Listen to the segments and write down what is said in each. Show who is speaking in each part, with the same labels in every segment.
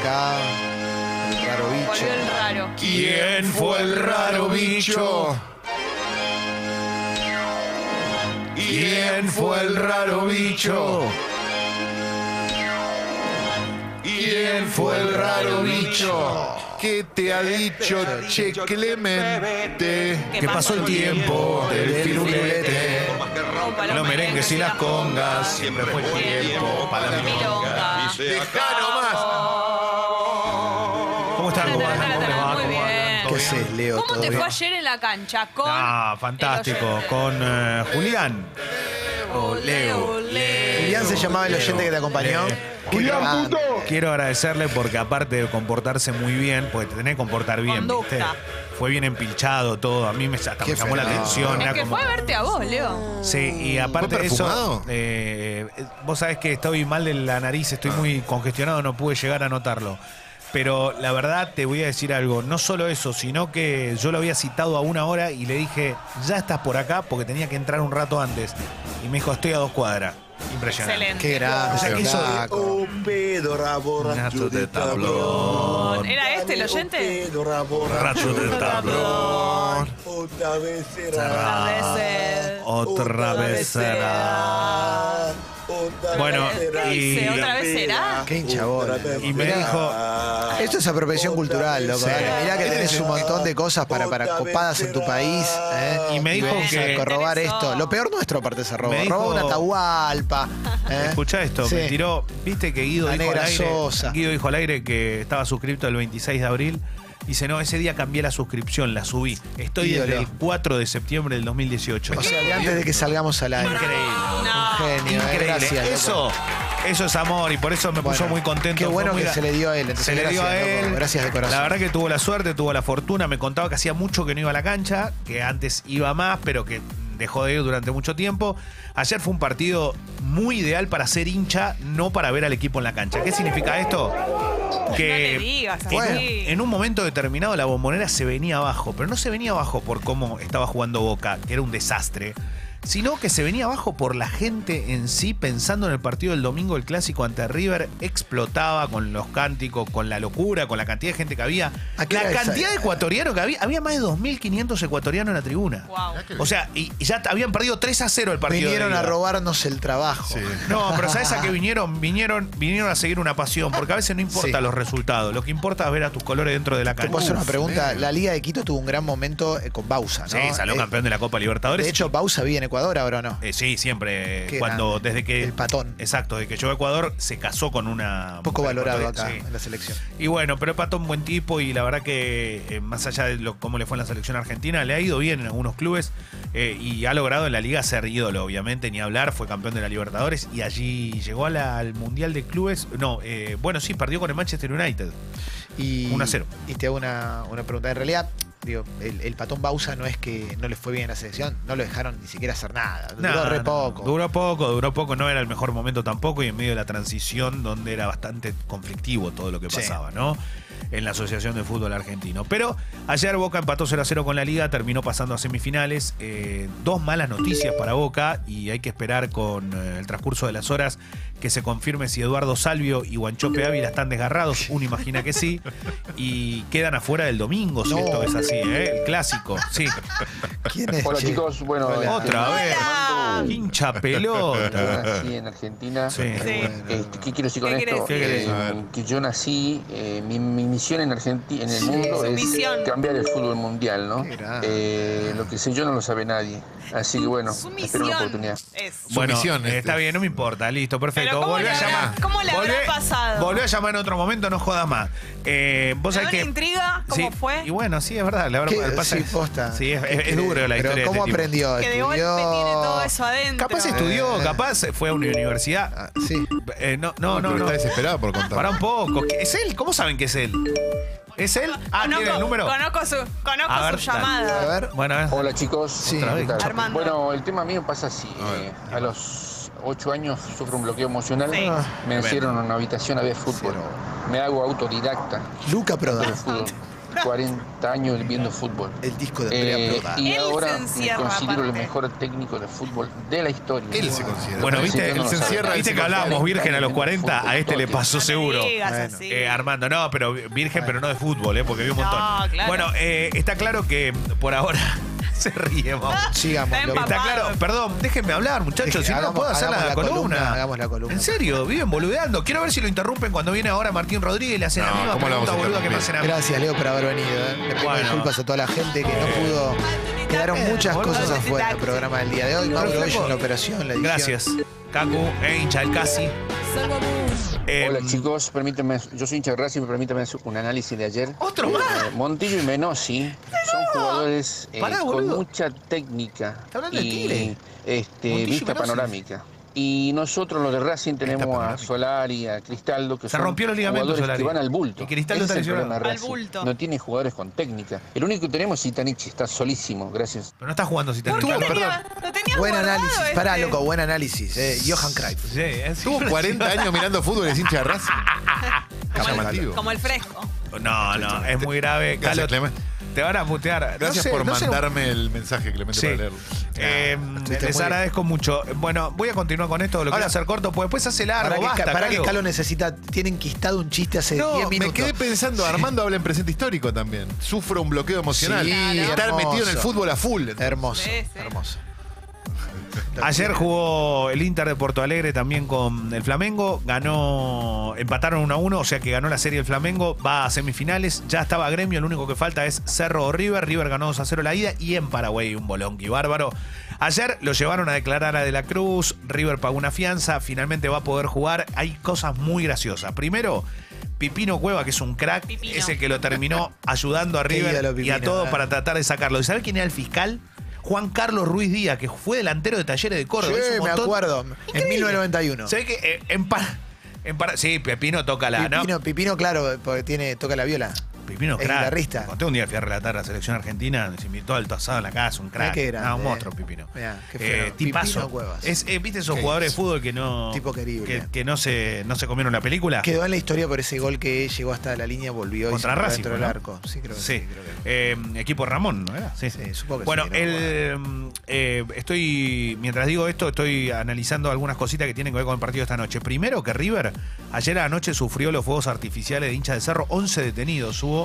Speaker 1: acá. El raro bicho.
Speaker 2: Volvió el raro.
Speaker 3: ¿Quién fue el raro bicho? ¿Quién fue el raro bicho? ¿Quién fue el raro bicho? ¿Qué te ha dicho Che Clemente?
Speaker 2: Que pasó el
Speaker 3: tiempo del firulete.
Speaker 2: O Paloma
Speaker 3: Los merengues y las congas siempre fue tiempo para la milonga.
Speaker 2: Eh, Milonga.
Speaker 3: Dejá nomás. ¿Cómo están? ¿Cómo van? ¿Cómo les
Speaker 2: Muy
Speaker 3: va? ¿Cómo andan?
Speaker 2: bien.
Speaker 3: ¿Todo
Speaker 1: ¿Qué haces,
Speaker 3: bien?
Speaker 1: Leo?
Speaker 2: ¿Cómo
Speaker 1: ¿Todo
Speaker 2: te
Speaker 1: bien?
Speaker 2: fue ayer en la cancha? Con.
Speaker 3: Ah, fantástico. Con eh, Julián. oh,
Speaker 2: Leo.
Speaker 1: Julián se llamaba el oyente que te acompañó.
Speaker 3: Eh,
Speaker 1: Qué grande.
Speaker 3: Quiero agradecerle porque aparte de comportarse muy bien, porque te tenés que comportar bien, ¿viste?
Speaker 2: Conducta.
Speaker 3: Fue bien empilchado todo, a mí me, hasta me
Speaker 1: Qué
Speaker 3: llamó la
Speaker 1: fenómeno.
Speaker 3: atención.
Speaker 2: Es
Speaker 3: era
Speaker 2: que
Speaker 3: como-
Speaker 2: fue a verte a vos, Leo.
Speaker 3: Sí, y aparte
Speaker 1: ¿Fue
Speaker 3: de eso,
Speaker 1: perfumado?
Speaker 3: eh, vos sabés que estoy mal de la nariz, estoy muy
Speaker 1: Ah.
Speaker 3: congestionado, no pude llegar a notarlo. Pero la verdad te voy a decir algo, no solo eso, sino que yo lo había citado a una hora y le dije, ya estás por acá porque tenía que entrar un rato antes. Y me dijo, estoy a dos cuadras. Impresionante.
Speaker 2: Excelente.
Speaker 1: Qué grande.
Speaker 3: O sea, que hizo-
Speaker 1: flaco.
Speaker 4: Un pedo
Speaker 3: Nato
Speaker 4: raborracho
Speaker 3: de
Speaker 4: de
Speaker 3: tablón.
Speaker 4: tablón.
Speaker 2: ¿Era este el oyente?
Speaker 4: Un pedo raborracho
Speaker 3: Racho de tablón.
Speaker 4: Otra vez
Speaker 3: Será.
Speaker 4: será.
Speaker 2: Otra vez, eh.
Speaker 3: Otra vez será.
Speaker 4: Otra
Speaker 3: Bueno,
Speaker 4: vez será.
Speaker 3: y-
Speaker 2: ¿Otra vez será?
Speaker 1: Qué hincha bola.
Speaker 4: Otra vez
Speaker 3: Y me
Speaker 4: será.
Speaker 3: dijo,
Speaker 1: Esto es apropiación
Speaker 4: Otra
Speaker 1: cultural,
Speaker 4: vez
Speaker 1: loco.
Speaker 4: será.
Speaker 1: Dale, mirá que tenés un montón de cosas para, para
Speaker 4: Otra vez
Speaker 1: copadas en tu
Speaker 4: será.
Speaker 1: país. ¿eh?
Speaker 3: Y me dijo
Speaker 1: venís
Speaker 3: que-
Speaker 1: a corrobar
Speaker 2: Interesó.
Speaker 1: esto. Lo peor nuestro, aparte, se roba.
Speaker 3: Me dijo-
Speaker 1: Roba una Atahualpa. ¿eh?
Speaker 3: Escucha esto,
Speaker 1: Sí.
Speaker 3: me tiró, viste que Guido
Speaker 1: La
Speaker 3: dijo, al
Speaker 1: negra
Speaker 3: aire,
Speaker 1: Sosa.
Speaker 3: Guido dijo al aire que estaba suscrito el 26 de abril. Dice, no, ese día cambié la suscripción, la subí. Estoy desde
Speaker 1: Ídolo.
Speaker 3: el 4 de septiembre del 2018.
Speaker 1: O sea, de antes de que salgamos al aire.
Speaker 3: Increíble.
Speaker 1: Un
Speaker 2: No.
Speaker 1: genio, eh,
Speaker 3: Increíble.
Speaker 1: gracias. loco.
Speaker 3: eso, eso es amor y por eso me puso
Speaker 1: Bueno,
Speaker 3: muy contento.
Speaker 1: Qué
Speaker 3: Fue
Speaker 1: bueno
Speaker 3: muy
Speaker 1: que
Speaker 3: gra-
Speaker 1: se le dio a él. Entonces,
Speaker 3: se le
Speaker 1: gracias,
Speaker 3: dio a
Speaker 1: loco.
Speaker 3: él.
Speaker 1: Gracias de corazón.
Speaker 3: La verdad que tuvo la suerte, tuvo la fortuna. Me contaba que hacía mucho que no iba a la cancha, que antes iba más, pero que dejó de ir durante mucho tiempo. Ayer fue un partido muy ideal para ser hincha, no para ver al equipo en la cancha. ¿Qué significa esto?
Speaker 2: No le digas así.
Speaker 3: en, un- en un momento determinado la bombonera se venía abajo, pero no se venía abajo por cómo estaba jugando Boca, que era un desastre, sino que se venía abajo por la gente en sí, pensando en el partido del domingo, el clásico ante River, explotaba con los cánticos, con la locura, con la cantidad de gente que había,
Speaker 1: ¿A qué
Speaker 3: la
Speaker 1: hora esa
Speaker 3: cantidad de
Speaker 1: era?
Speaker 3: ecuatorianos que había, había más de 2.500 ecuatorianos en la tribuna.
Speaker 2: Wow.
Speaker 3: O sea, y y ya t- habían perdido 3 a 0 el partido. de
Speaker 1: Vinieron a
Speaker 3: ida.
Speaker 1: robarnos el trabajo.
Speaker 3: No, pero ¿sabes a qué vinieron? Vinieron, vinieron a seguir una pasión, porque a veces no importa
Speaker 1: Sí.
Speaker 3: los resultados, lo que importa es ver a tus colores dentro de la
Speaker 1: Te puedo
Speaker 3: cancha.
Speaker 1: hacer una pregunta. La Liga de Quito tuvo un gran momento eh, con Bausa, ¿no?
Speaker 3: Sí, salió
Speaker 1: Eh,
Speaker 3: campeón de la Copa Libertadores.
Speaker 1: De hecho, Bausa vive en Ecuador ahora, ¿o no?
Speaker 3: Eh, sí, siempre.
Speaker 1: Qué
Speaker 3: cuando,
Speaker 1: grande.
Speaker 3: desde que.
Speaker 1: El patón.
Speaker 3: Exacto, desde que llegó a Ecuador se casó con una.
Speaker 1: Poco
Speaker 3: mujer
Speaker 1: valorado acá
Speaker 3: ecuatoriana, sí.
Speaker 1: en la selección.
Speaker 3: Y bueno, pero el Patón buen tipo y la verdad que eh, más allá de lo- cómo le fue en la selección argentina, le ha ido bien en algunos clubes eh, y ha logrado en la liga ser ídolo, obviamente, ni hablar, fue campeón de la Libertadores y allí llegó a la- al Mundial de Clubes, no, eh, bueno, sí, perdió con el Manchester United.
Speaker 1: Y,
Speaker 3: 1 a 0.
Speaker 1: Y te hago una, una pregunta. En realidad, digo, el, el patón Bausa no es que no le fue bien en la selección, no lo dejaron ni siquiera hacer nada. Duró
Speaker 3: No,
Speaker 1: re
Speaker 3: no,
Speaker 1: poco.
Speaker 3: Duró poco, duró poco, no era el mejor momento tampoco y en medio de la transición donde era bastante conflictivo todo lo que
Speaker 1: Sí.
Speaker 3: pasaba, ¿no? En la Asociación de Fútbol Argentino. Pero ayer Boca empató 0 a 0 con la liga, terminó pasando a semifinales. Eh, dos malas noticias para Boca y hay que esperar con eh, el transcurso de las horas que se confirme si Eduardo Salvio y Guanchope Ávila están desgarrados. Uno imagina que sí. Y quedan afuera del domingo, si
Speaker 1: No.
Speaker 3: esto es así, ¿eh? El clásico, sí.
Speaker 1: ¿Quién es?
Speaker 5: Hola
Speaker 1: che?
Speaker 5: chicos, bueno,
Speaker 1: Hola.
Speaker 5: eh,
Speaker 3: Otra vez.
Speaker 5: Armando,
Speaker 3: Hincha pelota.
Speaker 5: nací en Argentina.
Speaker 3: Sí.
Speaker 2: Sí.
Speaker 5: Este, ¿Qué quiero decir con
Speaker 2: ¿Qué
Speaker 5: esto?
Speaker 2: querés?
Speaker 3: ¿Qué querés?
Speaker 5: Eh, que yo nací, eh, mi, mi misión en Argentina, en el mundo
Speaker 2: su
Speaker 5: es
Speaker 2: misión.
Speaker 5: cambiar el fútbol mundial, ¿no?
Speaker 1: Qué grande.
Speaker 5: Eh, lo que sé yo no lo sabe nadie. Así que bueno,
Speaker 2: Su
Speaker 5: espero una
Speaker 2: misión
Speaker 5: oportunidad.
Speaker 2: es.
Speaker 3: Bueno,
Speaker 6: misión,
Speaker 3: eh,
Speaker 6: este.
Speaker 3: está bien, no me importa, listo, perfecto.
Speaker 2: Pero ¿cómo
Speaker 3: Volvé
Speaker 2: le
Speaker 3: a
Speaker 2: habrá-
Speaker 3: llamar.
Speaker 2: cómo le habrá
Speaker 3: Volvé-
Speaker 2: pasado?
Speaker 3: Volvé a llamar en otro momento, no jodas más. Eh, vos
Speaker 2: Me
Speaker 3: sabés
Speaker 2: da
Speaker 3: que.
Speaker 2: una intriga, ¿cómo fue?
Speaker 3: Y bueno, sí, es verdad, la
Speaker 1: ¿Qué?
Speaker 3: verdad. pasa-
Speaker 1: Sí, posta.
Speaker 3: Sí, es, es-
Speaker 1: ¿Qué
Speaker 3: es duro
Speaker 1: quiere?
Speaker 3: la historia. de
Speaker 1: Pero ¿cómo
Speaker 3: este tipo.
Speaker 1: aprendió?
Speaker 2: Que de golpe
Speaker 1: Estudió.
Speaker 2: tiene todo eso adentro.
Speaker 3: Capaz estudió,
Speaker 1: Eh.
Speaker 3: capaz fue a una universidad.
Speaker 1: Ah, sí.
Speaker 3: Eh, no, no, no.
Speaker 6: Pero
Speaker 3: no.
Speaker 6: está desesperado por contar.
Speaker 3: Pará un poco. ¿qué- ¿Es él? ¿Cómo saben que es él? ¿Es él? Ah, tiene el número.
Speaker 2: Conozco su, conozco
Speaker 3: A ver,
Speaker 2: su
Speaker 3: dale.
Speaker 2: llamada.
Speaker 1: A ver.
Speaker 3: Bueno, a ver.
Speaker 5: Hola chicos,
Speaker 3: Otra vez.
Speaker 5: ¿Qué tal?
Speaker 2: Armando.
Speaker 5: Bueno, el tema mío pasa así. eh, a los 8 años sufro un bloqueo emocional.
Speaker 2: Sí.
Speaker 5: Me encierro en una habitación a ver fútbol.
Speaker 1: Cero.
Speaker 5: Me hago autodidacta.
Speaker 1: Luca Prodan.
Speaker 5: del fútbol. 40 años viendo fútbol.
Speaker 1: El disco de Andrea
Speaker 5: Eh,
Speaker 1: Prota.
Speaker 5: y
Speaker 2: Él
Speaker 5: ahora
Speaker 2: se
Speaker 5: me
Speaker 2: encierra,
Speaker 5: considero el
Speaker 2: aparte.
Speaker 5: mejor técnico de fútbol de la historia.
Speaker 6: Él se considera.
Speaker 3: Bueno,
Speaker 5: Sí,
Speaker 3: viste,
Speaker 5: yo no lo
Speaker 3: se
Speaker 5: sabía.
Speaker 3: encierra, viste que hablábamos virgen a los 40, a este le
Speaker 2: Ah,
Speaker 3: pasó seguro.
Speaker 1: Bueno,
Speaker 3: Eh, Armando, no, pero virgen, pero no de fútbol, eh, porque vi un montón.
Speaker 2: No, claro.
Speaker 3: Bueno, eh, está claro que por ahora se ríe, vamos.
Speaker 2: Ah,
Speaker 1: Sigamos.
Speaker 2: Está
Speaker 1: loco.
Speaker 2: empapado.
Speaker 3: Está claro, perdón, déjenme hablar, muchachos.
Speaker 1: Deje-
Speaker 3: Si no,
Speaker 1: hagamos-
Speaker 3: puedo hacer la,
Speaker 1: hagamos la
Speaker 3: columna.
Speaker 1: columna, hagamos la columna.
Speaker 3: En serio, viven boludeando. Quiero ver si lo interrumpen cuando viene ahora Martín Rodríguez y le hacen la
Speaker 6: No,
Speaker 3: misma
Speaker 6: ¿cómo lo vamos
Speaker 3: pregunta
Speaker 6: a
Speaker 3: boluda que me hacen a mí.
Speaker 1: Gracias, Leo, por haber venido. ¿eh? Le pido
Speaker 3: Bueno. Eh.
Speaker 1: disculpas a toda la gente que no pudo. Quedaron muchas
Speaker 3: Bueno,
Speaker 1: cosas afuera del programa del día de hoy. Mauro Hoyo en la operación, la edición.
Speaker 3: Gracias. Cacu, Eincha, el casi. Eh,
Speaker 5: Hola
Speaker 3: Em,
Speaker 5: chicos, permítanme, yo soy hincha de Racing, pero permítanme hacer un análisis de ayer.
Speaker 3: Otro más.
Speaker 5: Eh, Montillo y Menossi son jugadores eh,
Speaker 3: Pará,
Speaker 5: con
Speaker 3: boludo.
Speaker 5: mucha técnica
Speaker 3: Está hablando de Tigre.
Speaker 5: y este,
Speaker 3: Montillo y
Speaker 5: vista
Speaker 3: Menossi.
Speaker 5: panorámica. Y nosotros los de Racing tenemos a
Speaker 3: panorámica.
Speaker 5: Solari, a Cristaldo, que
Speaker 3: Se
Speaker 5: son
Speaker 3: rompió los ligamentos,
Speaker 5: jugadores
Speaker 3: Solari.
Speaker 5: que van al bulto.
Speaker 3: Y Cristaldo
Speaker 5: Ese
Speaker 3: está
Speaker 5: es el
Speaker 3: lesionado.
Speaker 5: problema de
Speaker 2: Al
Speaker 5: Racing.
Speaker 2: bulto.
Speaker 5: No tiene jugadores con técnica. El único que tenemos es Itanichi, está solísimo, gracias.
Speaker 3: Pero no está jugando si te
Speaker 2: ¿Por qué
Speaker 3: Perdón.
Speaker 2: tenía, lo tenías
Speaker 1: Buen
Speaker 2: guardado
Speaker 1: análisis.
Speaker 2: este?
Speaker 1: Pará, loco, buen análisis. eh, Johan Cruyff.
Speaker 3: Sí, es
Speaker 6: Tuvo 40 años mirando fútbol y es hincha de Racing.
Speaker 2: Como el-
Speaker 6: Llamativo.
Speaker 2: Como el fresco.
Speaker 3: No, no, es muy grave.
Speaker 6: Gracias,
Speaker 3: Calo,
Speaker 6: Clemente.
Speaker 3: te van a mutear.
Speaker 6: Gracias
Speaker 3: No sé,
Speaker 6: por
Speaker 3: no sé-
Speaker 6: mandarme el mensaje, Clemente,
Speaker 3: Sí.
Speaker 6: para leerlo.
Speaker 3: Eh,
Speaker 1: estuviste
Speaker 3: les
Speaker 1: muy bien.
Speaker 3: agradezco mucho. Bueno, voy a continuar con esto. Lo
Speaker 6: Ahora-
Speaker 3: quiero hacer corto, pues después se hace largo.
Speaker 1: Para que,
Speaker 3: basta,
Speaker 1: Ca- para que
Speaker 3: Calo.
Speaker 1: Calo necesita, tiene enquistado un chiste hace 10
Speaker 6: No,
Speaker 1: minutos.
Speaker 6: me quedé pensando, Armando habla en presente histórico también. Sufre un bloqueo emocional.
Speaker 1: Sí,
Speaker 6: Estar
Speaker 1: hermoso.
Speaker 6: metido en el fútbol a full.
Speaker 1: Hermoso,
Speaker 2: Sí, sí.
Speaker 1: hermoso.
Speaker 3: Ayer jugó el Inter de Porto Alegre también con el Flamengo. Ganó, empataron 1 a 1, o sea que ganó la serie el Flamengo. Va a semifinales. Ya estaba Gremio, lo único que falta es Cerro o River. River ganó 2 a 0 la ida y en Paraguay un bolonqui bárbaro. Ayer lo llevaron a declarar a De la Cruz. River pagó una fianza. Finalmente va a poder jugar. Hay cosas muy graciosas. Primero. Pipino Cueva, que es un crack,
Speaker 2: Pipino.
Speaker 3: es el que lo terminó ayudando a
Speaker 1: Qué
Speaker 3: River
Speaker 1: ídolo,
Speaker 3: y a
Speaker 1: Pipino, ¿eh?
Speaker 3: todos
Speaker 1: ¿verdad?
Speaker 3: para tratar de sacarlo. ¿Y sabe quién era el fiscal? Juan Carlos Ruiz Díaz, que fue delantero de Talleres de Córdoba. hizo
Speaker 1: Sí,
Speaker 3: un
Speaker 1: me
Speaker 3: montón.
Speaker 1: acuerdo. En 1991.
Speaker 3: ¿Sabe que eh, en, par- en par- Sí, Pepino toca la. ¿no?
Speaker 1: Pipino, Pipino, claro, porque tiene, toca la viola.
Speaker 3: Pipino
Speaker 1: Es
Speaker 3: crack.
Speaker 1: guitarrista.
Speaker 3: Conté un día fui a relatar la selección argentina, se invitó al asado en la casa, un
Speaker 1: Mirá
Speaker 3: crack.
Speaker 1: qué grande,
Speaker 3: No, un monstruo,
Speaker 1: eh.
Speaker 3: Pipino.
Speaker 1: Mirá, qué feo.
Speaker 3: tipazo.
Speaker 1: Pipino Cuevas.
Speaker 3: Es, eh, ¿Viste esos
Speaker 6: Qué
Speaker 3: jugadores de
Speaker 6: hizo.
Speaker 3: fútbol que no.
Speaker 1: Tipo querible.
Speaker 3: Que, que no, se, no se comieron la película?
Speaker 1: Quedó en la historia por ese gol que llegó hasta la línea, volvió
Speaker 3: Contra
Speaker 1: y se metió
Speaker 3: Racing,
Speaker 1: dentro del
Speaker 3: ¿no?
Speaker 1: arco. Sí, creo que sí.
Speaker 3: Sí,
Speaker 1: creo que
Speaker 3: Eh, equipo Ramón, ¿no era? Sí,
Speaker 1: Sí, supongo que
Speaker 3: Bueno,
Speaker 1: sí, no
Speaker 3: el,
Speaker 1: me
Speaker 3: eh, estoy, mientras digo esto, estoy analizando algunas cositas que tienen que ver con el partido esta noche. Primero que River ayer anoche sufrió los fuegos artificiales de hincha de cerro, 11 detenidos hubo,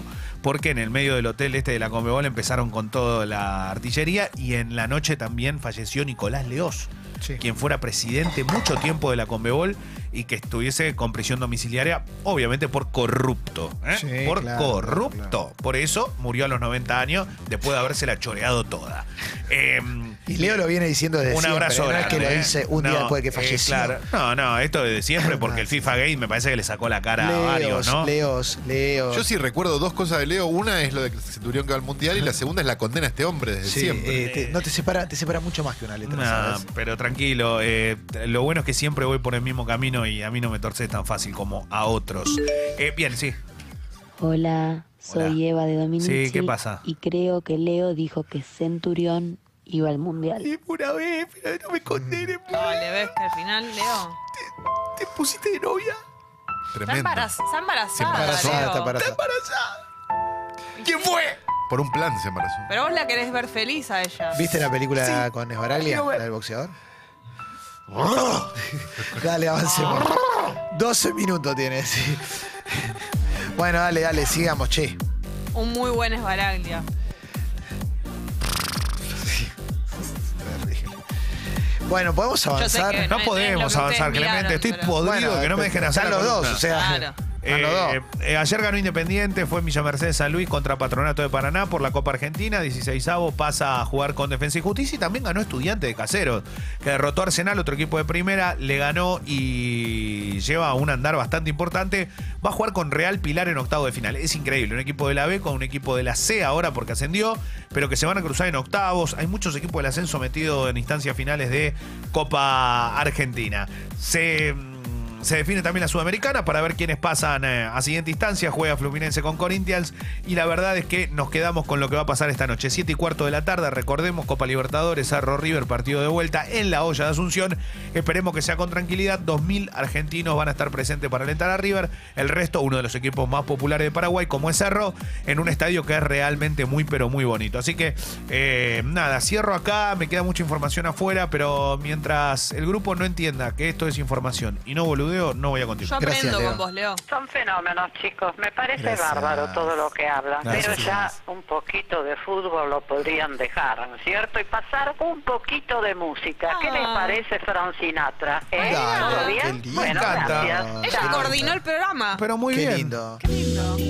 Speaker 3: porque en el medio del hotel este de la Comebol empezaron con toda la artillería y en la noche también falleció Nicolás Leoz
Speaker 1: Sí.
Speaker 3: quien fuera presidente mucho tiempo de la Conmebol y que estuviese con prisión domiciliaria, obviamente por corrupto. ¿eh?
Speaker 1: Sí,
Speaker 3: por
Speaker 1: claro,
Speaker 3: corrupto.
Speaker 1: claro.
Speaker 3: Por eso murió a los 90 años después de habérsela choreado toda. Em,
Speaker 1: Y Leo lo viene diciendo desde
Speaker 3: un
Speaker 1: siempre. No
Speaker 3: abrazo
Speaker 1: es que
Speaker 3: grande,
Speaker 1: lo
Speaker 3: ¿eh?
Speaker 1: dice un día
Speaker 3: No,
Speaker 1: después de
Speaker 3: eh,
Speaker 1: que falleció.
Speaker 3: claro. No, no, esto desde siempre porque el FIFA Game me parece que le sacó la cara a varios,
Speaker 1: Leos,
Speaker 3: ¿no?
Speaker 1: Leos, Leos.
Speaker 6: Yo sí recuerdo dos cosas de Leo. Una es lo de que se tuvieron que va al mundial y la segunda es la condena a este hombre desde
Speaker 1: Sí,
Speaker 6: siempre.
Speaker 1: eh, te- no te separa, te separa mucho más que una letra.
Speaker 3: Nah,
Speaker 1: ¿sabes?
Speaker 3: pero tranquilo, eh, lo bueno es que siempre voy por el mismo camino y a mí no me torces tan fácil como a otros. Eh, bien, sí.
Speaker 7: Hola, soy Eva de Dominici.
Speaker 3: Sí, ¿qué pasa?
Speaker 7: Y creo que Leo dijo que Centurión iba al mundial.
Speaker 3: Una vez, pero no me condenes,
Speaker 2: Dale, ves que al final, Leo.
Speaker 3: ¿Te pusiste de novia?
Speaker 2: Está
Speaker 6: Tremendo.
Speaker 2: embaraz- está
Speaker 6: Se
Speaker 2: embarazada.
Speaker 6: embarazó,
Speaker 1: Embarazada,
Speaker 2: Leo.
Speaker 1: está embarazada.
Speaker 3: ¿Quién fue?
Speaker 6: Por un plan se embarazó.
Speaker 2: Pero vos la querés ver feliz a ella.
Speaker 1: ¿Viste la película con Esbaraglia,
Speaker 3: quiero ver.
Speaker 1: la del boxeador? dale, avancemos. 12 minutos tienes. sí. Bueno, dale, dale, sigamos, che.
Speaker 2: Un muy buen esbaraglia.
Speaker 1: Bueno, podemos
Speaker 2: Yo sé
Speaker 1: avanzar.
Speaker 2: que
Speaker 3: No
Speaker 2: es- no es
Speaker 3: podemos
Speaker 2: eh, lo que
Speaker 3: avanzar,
Speaker 2: ustedes
Speaker 3: Clemente.
Speaker 2: miraron,
Speaker 3: Estoy
Speaker 2: pero-
Speaker 3: podrido
Speaker 1: Bueno, este,
Speaker 3: que no me dejen hacer
Speaker 1: están
Speaker 3: la
Speaker 1: los dos,
Speaker 3: columna.
Speaker 1: o sea,
Speaker 2: Claro.
Speaker 1: están los dos.
Speaker 3: Eh, eh, ayer ganó Independiente, fue Villa Mercedes San Luis contra Patronato de Paraná por la Copa Argentina, 16 pasa a jugar con Defensa y Justicia y también ganó Estudiante de Caseros, que derrotó a Arsenal, otro equipo de primera, le ganó y lleva un andar bastante importante. Va a jugar con Real Pilar en octavo de final. Es increíble, un equipo de la B con un equipo de la C ahora porque ascendió, pero que se van a cruzar en octavos. Hay muchos equipos del ascenso metidos en instancias finales de Copa Argentina. Se mm, se define también la Sudamericana para ver quiénes pasan eh, a siguiente instancia. Juega Fluminense con Corinthians. Y la verdad es que nos quedamos con lo que va a pasar esta noche. 7 y cuarto de la tarde, recordemos, Copa Libertadores, Arro River, partido de vuelta en la olla de Asunción. Esperemos que sea con tranquilidad. 2.000 argentinos van a estar presentes para alentar a River. El resto, uno de los equipos más populares de Paraguay, como es Cerro, en un estadio que es realmente muy, pero muy bonito. Así que, eh, nada, cierro acá. Me queda mucha información afuera, pero mientras el grupo no entienda que esto es información y no boludeo, no voy a
Speaker 2: Yo
Speaker 3: continuar.
Speaker 1: Gracias,
Speaker 2: aprendo
Speaker 1: Leo.
Speaker 2: con vos, Leo.
Speaker 8: Son fenómenos, chicos. Me parece
Speaker 1: Gracias.
Speaker 8: bárbaro todo lo que hablan,
Speaker 3: Gracias,
Speaker 8: pero ya un poquito de fútbol lo podrían dejar, ¿no es cierto? Y pasar un poquito de música. ¿Qué les
Speaker 2: Ah.
Speaker 8: parece Fran Sinatra? ¿Eh?
Speaker 1: Dale,
Speaker 8: ¿Todo
Speaker 1: qué
Speaker 8: bien?
Speaker 1: lindo.
Speaker 8: Bueno,
Speaker 3: Me encanta.
Speaker 8: gracias.
Speaker 1: Ella
Speaker 2: Ella
Speaker 8: Chao.
Speaker 2: coordinó el programa.
Speaker 3: Pero muy
Speaker 1: Qué
Speaker 3: bien.
Speaker 1: lindo.
Speaker 2: Qué lindo.